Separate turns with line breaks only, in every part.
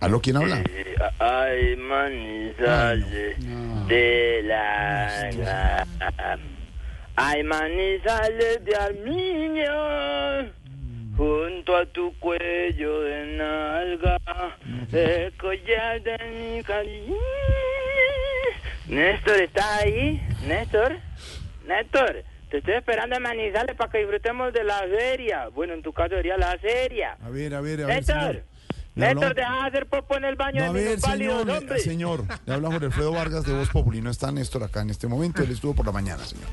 ¿Aló quién habla?
Eh, Ay, manizales de la grama. Ay, manizales de armiño. Junto a tu cuello de nalga, el collar de mi cariño. Néstor, ¿está ahí? Néstor, Néstor, te estoy esperando en Manizales para que disfrutemos de la feria. Bueno, en tu caso sería la feria.
A ver, a ver, a ver.
Néstor,
señor. Le habló-
Néstor, deja de hacer popo en el baño
No, a
de
ver,
niños
señor,
pálidos,
le,
hombre.
señor, le habla Jorge Alfredo Vargas de Voz Populi. No está Néstor acá en este momento, él estuvo por la mañana, señor.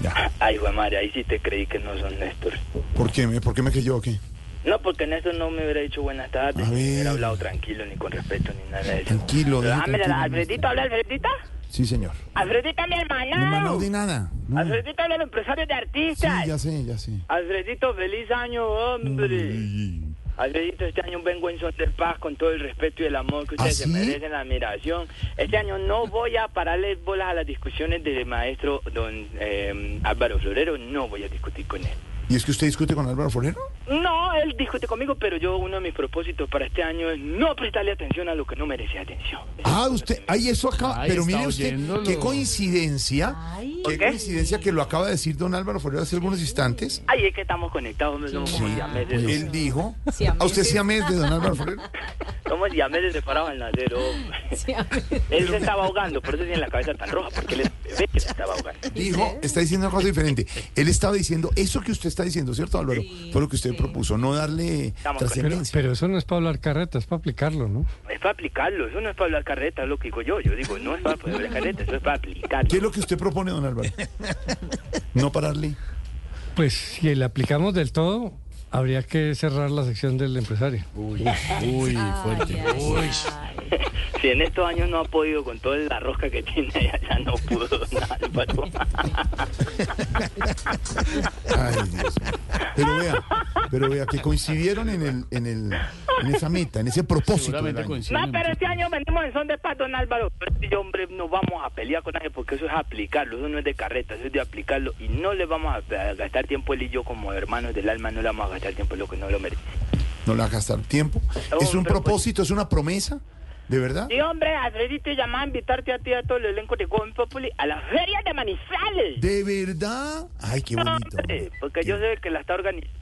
Ya.
Ay, güey, madre, ahí sí te creí que no son Néstor.
¿Por qué me, por qué me creyó o qué?
No, porque Néstor no me hubiera dicho buenas tardes,
A
ni me
ver.
hubiera hablado tranquilo, ni con respeto, ni nada de eso.
Tranquilo, deje
Dámela,
tranquilo,
Alfredito, habla Alfredita.
Sí, señor.
Alfredita, mi hermano.
No me ha hablado de nada. no.
Alfredito, habla de empresarios de
Sí,
artistas.
ya sé, ya sé.
Alfredito, feliz año, hombre.
Uy.
Alfredito, este año vengo en son de paz con todo el respeto y el amor que ustedes
¿Ah,
se
sí?
merecen, la admiración. Este año no voy a pararle bolas a las discusiones del maestro don eh, Álvaro Florero, no voy a discutir con él.
¿Y es que usted discute con Álvaro Forero?
No, él discute conmigo, pero yo uno de mis propósitos para este año es no prestarle atención a lo que no merece atención.
Ah, usted, ahí eso acaba.
Ay,
pero
está
mire usted,
oyéndolo.
qué coincidencia,
Ay.
qué
qué?
coincidencia que lo acaba de decir don Álvaro Forero hace algunos instantes.
Ay, es que estamos conectados, hombre, somos como siameses.
Él dijo,
Siameses.
¿a usted siamés de don Álvaro Forero?
Somos siameses separados al nacer, hombre.
Sí, a ver.
Él se estaba ahogando, por eso tiene la cabeza tan roja, porque él es bebé que se estaba ahogando.
Dijo, está diciendo una cosa diferente. Él estaba diciendo, eso que usted está diciendo, ¿cierto Álvaro?
Sí,
Fue lo que usted propuso, no darle
Estamos
Pero,
trascendencia.
pero eso no es para hablar carreta, es para aplicarlo, ¿no?
Es para aplicarlo, eso no es para hablar carreta, es lo que digo yo. Yo digo, no es para poder hablar carreta, eso es para aplicarlo.
¿Qué es lo que usted propone, don Álvaro? No pararle.
Pues si le aplicamos del todo, habría que cerrar la sección del empresario.
Uy,
Ay,
fuerte.
ay,
Uy.
ay.
Si en estos años no ha podido con toda la rosca que tiene allá, ya no pudo, don Álvaro.
Ay, Dios mío. Pero vea, pero vea, que coincidieron en, el, en, el, en esa meta, en ese propósito. del
Seguramente
año.
coinciden.
No, pero este año venimos en son de paz, don Álvaro. Pero este hombre, no vamos a pelear con nadie porque eso es aplicarlo, eso no es de carreta, eso es de aplicarlo. Y no le vamos a a gastar tiempo él y yo como hermanos del alma, no le vamos a gastar tiempo en lo que no lo merece.
No le va a gastar tiempo.
No,
Es un
pero pues-
propósito, es una promesa, ¿de verdad?
Sí, hombre, Alfredito llamaba a invitarte a ti y a todo el elenco de Gómez Populi a la feria de Manizales.
¿De verdad? Ay, qué bonito.
Hombre, porque yo sé que la está organizando.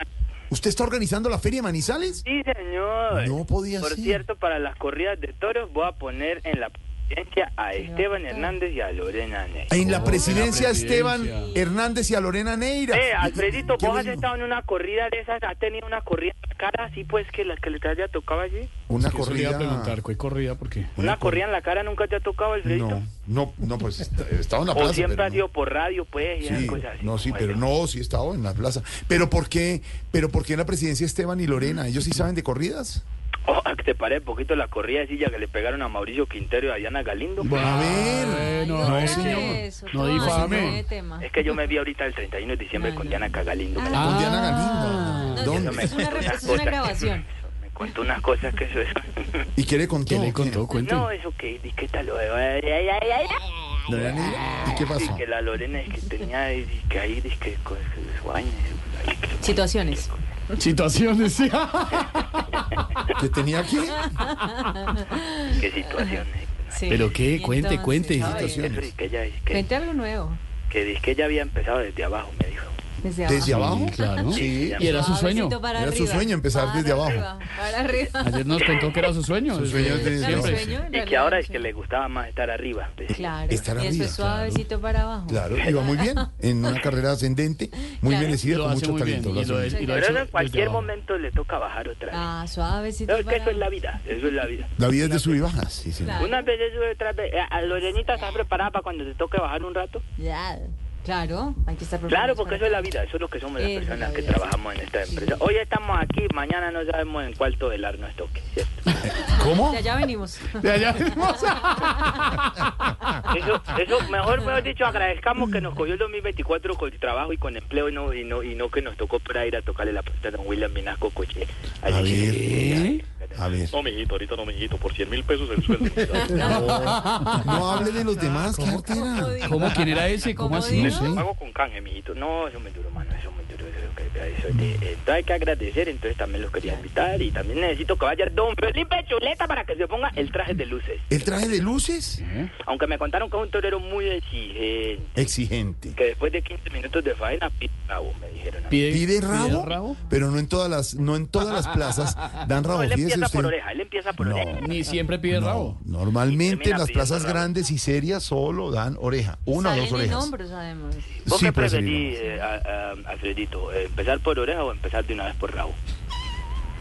¿Usted está organizando la Feria de Manizales?
Sí, señor.
No podía
Por
ser.
cierto, para las corridas de toros voy a poner en la presidencia a Esteban Hernández y a Lorena Ney.
En la
Oh,
presidencia,
en la
Esteban
presidencia.
Hernández y a Lorena Neira.
Eh, Alfredito,
¿Qué
vos has
bueno?
estado en una corrida de esas, has tenido una corrida cara así, pues, que la que le te haya tocado allí.
Una
Eso le
corrida.
iba a preguntar, ¿cuál corrida? Porque
Una corrida en la cara nunca te ha tocado, Alfredito.
No, no, no, pues est- he estado en la
O
plaza.
siempre
pero
has
no.
ido por radio, pues, y esas
Sí,
cosas así.
no, sí,
como
pero
esas.
no, sí he estado en la plaza. Pero ¿por qué? Pero ¿por qué en la presidencia Esteban y Lorena? ¿Ellos sí saben de corridas?
Oh, que te paré un poquito la corrida de silla que le pegaron a Mauricio Quintero y a Diana Galindo.
a ver.
Ay, Eh, no,
Otra
no,
vez,
señor. No
otra vez,
difame.
no de tema.
Es que yo me vi ahorita el 31 de diciembre con Diana Cagalindo.
Ah.
Con Diana
Ah.
Galindo.
No,
¿Dónde?
Eso me
Es una
contó
re-
unas
es una
cosas que-
grabación.
Me contó unas cosas que eso es.
¿Y qué le contó?
¿Qué le contó? Cuente.
No, eso que di que tal- ay, ay, ay, ay, ay.
¿Lorena Neira? ¿Y qué
Sí,
pasó?
que la Lorena es que tenía y que ahí dice que con que su año, ay, que-
Situaciones.
Situaciones, sí.
¿Que tenía aquí?
qué situaciones.
Sí.
Pero qué,
Y
cuente,
entonces,
cuente,
a ver,
Eso
situaciones.
dice que ella dice que,
Cuente algo nuevo.
que dice que ella había empezado desde abajo, me dijo.
Desde abajo.
¿Desde abajo?
Sí, claro.
Sí.
Y era su sueño.
Suavecito para
Era su
arriba.
sueño empezar
Para
desde abajo.
arriba, Para arriba.
Ayer nos contó que era su sueño.
Su sueño es de-
desde
Claro,
siempre.
sueño, en
Y que
realidad,
ahora
un
es que
sueño.
le gustaba más estar arriba. decía.
Claro.
Estar
y
arriba,
después suavecito para abajo.
Claro, iba muy bien, en una carrera ascendente, muy
Claro.
merecida,
Lo
con
hace
mucho
muy bien.
talento. lo
y
hace
lo
muy
es- y lo ha
Pero
hecho
eso en
desde
cualquier
abajo.
momento le toca bajar otra vez.
Ah, suavecito
No, es que
para
eso es la
abajo.
vida, eso es la vida.
La vida es de sub y bajas, sí, sí.
Claro.
Una vez sube, otra vez. Eh, A Lorenita, ¿estás preparada para cuando te toque bajar un rato?
Ya. Claro, hay que estar
Claro,
preparados
porque
para-
eso es la vida, eso es lo que somos las
Eso es
personas
la
que
vida.
trabajamos en esta empresa. Hoy estamos aquí, mañana no sabemos en cuál todelar nos toque, ¿cierto?
¿Cómo?
De allá venimos.
De allá venimos.
Eso, eso mejor, mejor dicho, agradezcamos que nos cogió el 2024 con trabajo y con empleo y no, y no, y no que nos tocó para ir a tocarle la puerta a don William Minasco Coche. Ahí
A
sí.
ver, a ver.
No, mijito, ahorita no, mijito, por 100 mil pesos el sueldo.
No hable de los demás, qué artera.
¿Cómo? ¿Quién era ese? ¿Cómo
¿Cómo
así?
digo?
No sé.
Pago con canje, mijito. No, eso es muy duro, mano, eso es muy duro. eso es lo que- eso de- esto hay que agradecer, entonces también los quería invitar y también necesito que vaya Don Felipe Chuleta para que se ponga el traje de luces.
¿El traje de luces?
¿Eh?
Aunque me contaron que es un torero muy exigente,
Exigente.
que después de 15 minutos de faena, pide rabo, me dijeron. a mí.
Pide,
¿Pide
pide
rabo? Pero no en todas las, no en todas las plazas dan
No,
rabo.
él
Fíjese
empieza
usted.
por oreja, él empieza por
No.
oreja.
Ni siempre pide
No,
rabo.
normalmente
Termina
las plazas
pidiendo rabo.
grandes y serias solo dan oreja, una o
Salen
dos
en
orejas.
hombros, además.
¿Vos
Sí,
qué
preferiría.
preferís, eh, a- a- Alfredito? eh, ¿Empezar por oreja o empezar de una vez por rabo?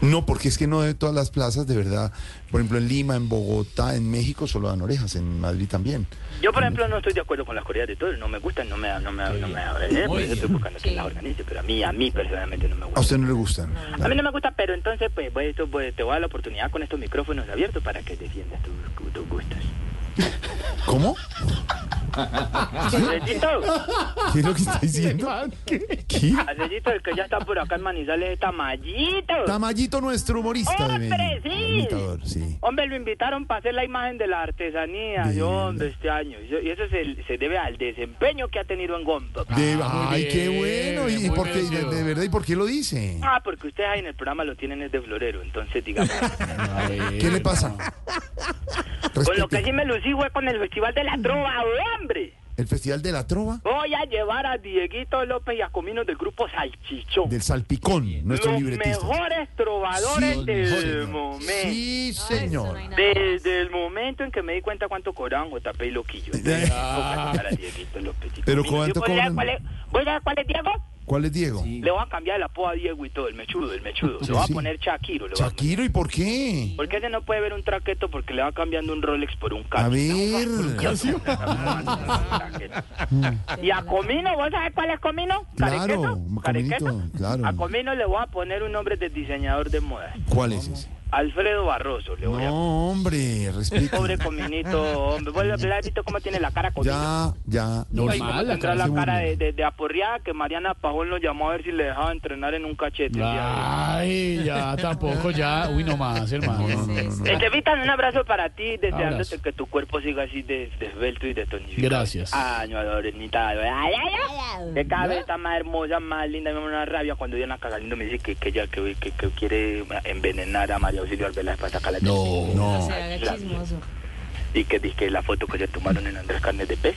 No, porque es que no de todas las plazas, de verdad. Por ejemplo, en Lima, en Bogotá, en México solo dan orejas, en Madrid también.
Yo, por ejemplo, no estoy de acuerdo con las corridas de todo, no me gustan, no me no me, no me eh, por eso estoy buscando que
Sí.
las organice, pero a mí, a mí personalmente no me
A usted
gusta.
no le gustan.
A mí no me gusta, pero entonces pues, voy- esto, voy- te voy a dar la oportunidad con estos micrófonos abiertos para que defiendas tus, tus gustos.
¿Cómo?
Alfredito,
¿Qué es lo que está diciendo? ¿Qué?
Alfredito, el que ya está por acá en Manizales es Tamayito.
Tamayito, nuestro humorista de
¡Hombre,
Medellín,
sí!
el imitador, sí.
Hombre, lo invitaron para hacer la imagen de la artesanía,
Bien.
yo, hombre, este año. Yo- Y eso se, se debe al desempeño que ha tenido en Gompa.
De-
Ah, muy
ay, qué
bien,
bueno. ¿Y,
muy
por qué, de,
merecido.
de verdad, ¿y por qué lo dice?
Ah, porque ustedes ahí en el programa lo tienen es de florero, entonces digamos.
¿Qué le pasa?
Ah.
Con lo que
Respete.
sí me lucí fue con el Festival de la Trova, hombre.
El Festival de la Trova,
Voy a llevar a Dieguito López y a Comino del grupo Salchichón.
del Salpicón, nuestro
los
libretista.
mejores trovadores
Sí,
del
señor.
momento.
Ah,
Sí,
No, eso
señor.
no hay nada.
Desde el momento en que me di cuenta cuánto cobraban JP y Loquillo.
Ah.
Para Dieguito López y
Pero
Comino.
¿cuánto
Yo voy a dar
cobran?
cuál es- Voy a dar cuál es Diego.
¿Cuál es Diego?
Le voy a cambiar el apodo a Diego y todo, el mechudo, el mechudo.
Sí,
le voy
sí.
a poner Shakiro. le voy a poner.
Shakiro, ¿y por qué?
Porque ese no puede ver un traqueto porque le va cambiando un Rolex por un
A
Casio.
ver.
Y a Comino, ¿vos sabés cuál es Comino?
Claro,
¿Carequeto?
Cominito,
¿Carequeto?
claro.
A Comino le voy a poner un nombre de diseñador de moda.
¿Cuál es ese?
Alfredo Barroso, le voy a
No, hombre, respete.
Pobre Cominito, hombre. ¿Vos le has visto cómo tiene la cara Comino?
Ya, ya. no,
Normal,
Ay, cómo
la
tendrá
cara
la
se
cara
burla.
de, de, de aporreada que Mariana Pajón lo llamó a ver si le dejaba entrenar en un cachete. el día de hoy.
Ay, ya tampoco, ya. Uy, no más,
No,
hermano.
no, no, no.
Estevitan, Este, un abrazo para ti, deseándote
Abrazo.
que tu cuerpo siga así de, de esbelto y de tonificado.
Gracias.
Año, Lorenita. Ay, ay, ay. De cada vez está más hermosa, más linda. Me da una rabia cuando Diana Cagalindo me dice que, que ella que, que, que quiere envenenar a María Auxilio Arbeláez para sacarla de-
No.
No
No.
se haga chismoso.
Y que dice que la foto que se tomaron en Andrés Carnes de Pez,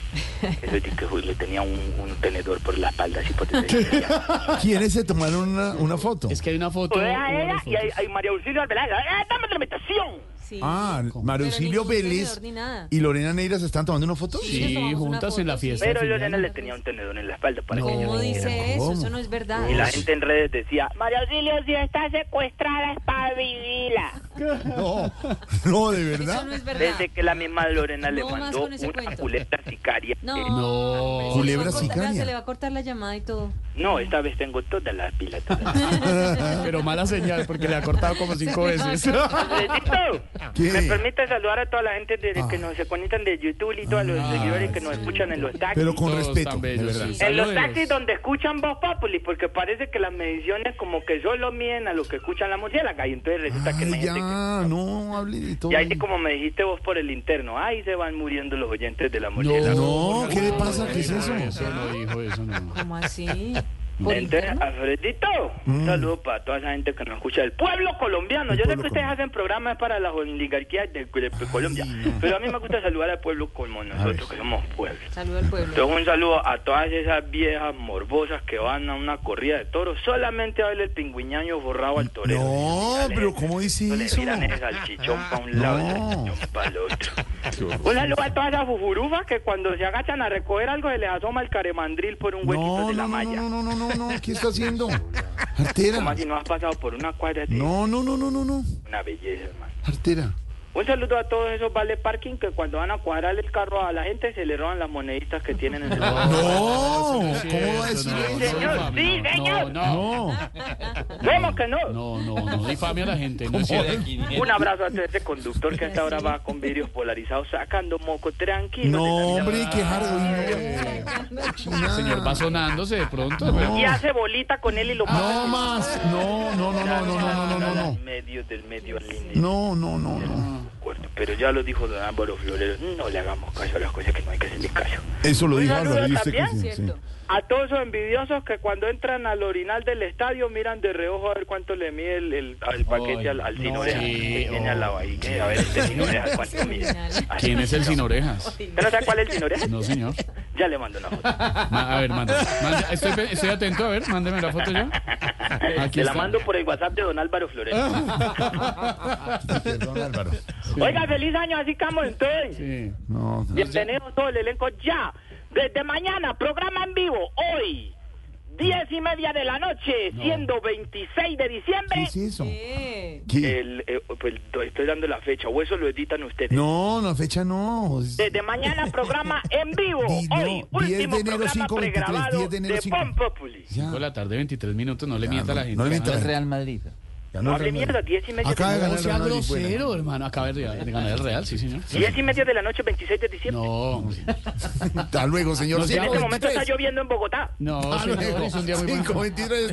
eso dice que uy, le tenía un, un tenedor por la espalda así por detrás.
¿Quiénes se tomaron una, una foto?
Es que hay una foto.
Pues a
una
ella y
foto.
a, a María Auxilio Arbeláez. ¡Ah, dame otra invitación!
Sí.
Ah, Mario
Pero
Auxilio
ningún
Vélez
tenedor ni nada.
y Lorena Neira se están tomando una foto.
nos
Sí,
tomamos una
juntas en la
foto,
fiesta.
Pero
final.
Lorena le tenía un tenedor en la espalda para que ella
¿Cómo
no viera.
dice eso?
¿Cómo?
Eso no es verdad.
Y la gente en redes decía, María Auxilio, si está secuestrada es para vivirla.
No, no, de
Eso
verdad.
no es verdad.
Desde que la misma Lorena le
No más
mandó
con ese
una
cuento.
culeta sicaria.
No,
Eh,
hombre, se
Culebra
le va a cortar-
sicaria.
Se le va a cortar la llamada y todo.
no, esta vez tengo todas las pilas. todas las-
Pero mala señal, porque le ha cortado como cinco
Se le va a
veces.
Alfredito,
¿Qué?
¿Me permite saludar a toda la gente de,
Ah.
que nos se conectan de YouTube y todos los seguidores que nos escuchan en los taxis?
Pero con
Todos
respeto,
tan
de
bellos,
verdad.
sí.
En los
Saludos.
taxis donde escuchan Voz Populi, porque parece que las mediciones como que solo miden a los que escuchan la murciélaga, y entonces resulta que no hay
Ay,
gente que...
Ah, ya, no, hable de todo.
Y ahí como me dijiste vos por el interno, ahí se van muriendo los oyentes de la murciélaga.
No, ¿qué le pasa? ¿Qué es eso?
Eso no dijo, eso no.
¿Cómo así? ¿Por
Entonces,
interno?
Alfredito,
Mm.
un saludo para toda esa gente que nos escucha. El pueblo colombiano.
El
Yo sé
pueblo
que ustedes
colombiano.
hacen programas para las oligarquías de, de- de Colombia.
no.
Pero a mí me gusta saludar al pueblo como
ver.
nosotros, que somos pueblo.
Saludo al pueblo.
Entonces, un saludo a todas esas viejas morbosas que van a una corrida de toros solamente a verle el pingüiñaño borrado al torero.
No,
Dale,
pero ¿cómo dice
le
eso?
tiran el salchichón para un lado y el
No.
salchichón para el otro. Un saludo a todas esas fufurufas que cuando se agachan a recoger algo se les asoma el caremandril por un huequito
No,
de la
no, no,
malla.
no, no, no, no, no, ¿qué está haciendo?
Como
Artera.
así no has pasado por una cuadra? tío?
No, no, no, no, no, no.
Una belleza, hermano.
Artera.
Un saludo a todos esos vale parking que cuando van a cuadrar el carro a la gente se le roban las moneditas que tienen en el
No,
bolso.
¿cómo
eso no es
va a decir
cierto, no,
eso?
señor,
no,
sí,
no,
señor.
No, no,
No,
¿Cómo que no?
no, no, no, difame a la gente. No es cierto.
Un abrazo a todo ese conductor que hasta ahora va con vidrios polarizados sacando moco tranquilo.
no, hombre, qué hard.
Eh, Señor, va sonándose de pronto.
No.
Y hace bolita con él y lo
No más, no, no, no, no, no, no, no, no, no, no.
Medio del medio línea.
No, no, no, no.
Acuerdo. Pero ya lo dijo don Álvaro Florero, no le hagamos caso a las cosas que no hay que hacerle caso.
Eso lo
Un
dijo
saludo
Álvaro. ¿Y usted qué
también,
dice? Sí.
¿cierto?
A todos esos envidiosos que cuando entran al orinal del estadio miran de reojo a ver cuánto le mide el, el- al paquete
Ay,
al, al sin
no,
orejas
sí,
que tiene
oh.
al lado ahí. que a ver este sin orejas cuánto mide. Así
¿Quién es el sin orejas?
¿Usted no sabe cuál es el sin orejas?
No, señor.
Ya le mando una foto.
Ma- a ver, manda. manda- estoy, pe- estoy atento, a ver, mándeme la foto ya. Aquí
Te la
está. Ah.
mando por el WhatsApp de don Álvaro Florero.
Perdón, Álvaro.
Oiga, feliz año, así estamos entonces.
Sí.
No, no.
Bienvenidos todo el elenco ya. Desde mañana, programa en vivo, hoy, diez y media de la noche, siendo 26 de
¿Qué
diciembre.
es eso?
¿Qué?
¿Qué?
El, eh, pues, do- estoy dando la fecha, o eso lo editan ustedes.
No, no, fecha no.
Desde mañana, programa en vivo,
Di- no,
hoy,
10 de
último
enero,
programa
5, 23,
pregrabado
10 de
de,
enero, 5.
Pon Populi.
Ya,
Con la tarde, 23 minutos, no le
Ya,
mienta a la
no,
gente.
no le mienta a la
Ah,
gente.
Real Madrid.
ya
No
no
hable
es
mierda,
Real Madrid.
10 y media.
Acaba de
No
ganar el
sea
Real Madrid, bueno.
grosero, hermano. Acaba de de ganar el Real, sí, señor.
10 y media de la noche, 26 de diciembre.
No, hombre.
Hasta luego, señor.
Nos
En
Cinco
este momento
23.
está lloviendo en Bogotá.
No,
Hasta
señor,
ah, luego.
es un día muy bueno.
Cinco, 23.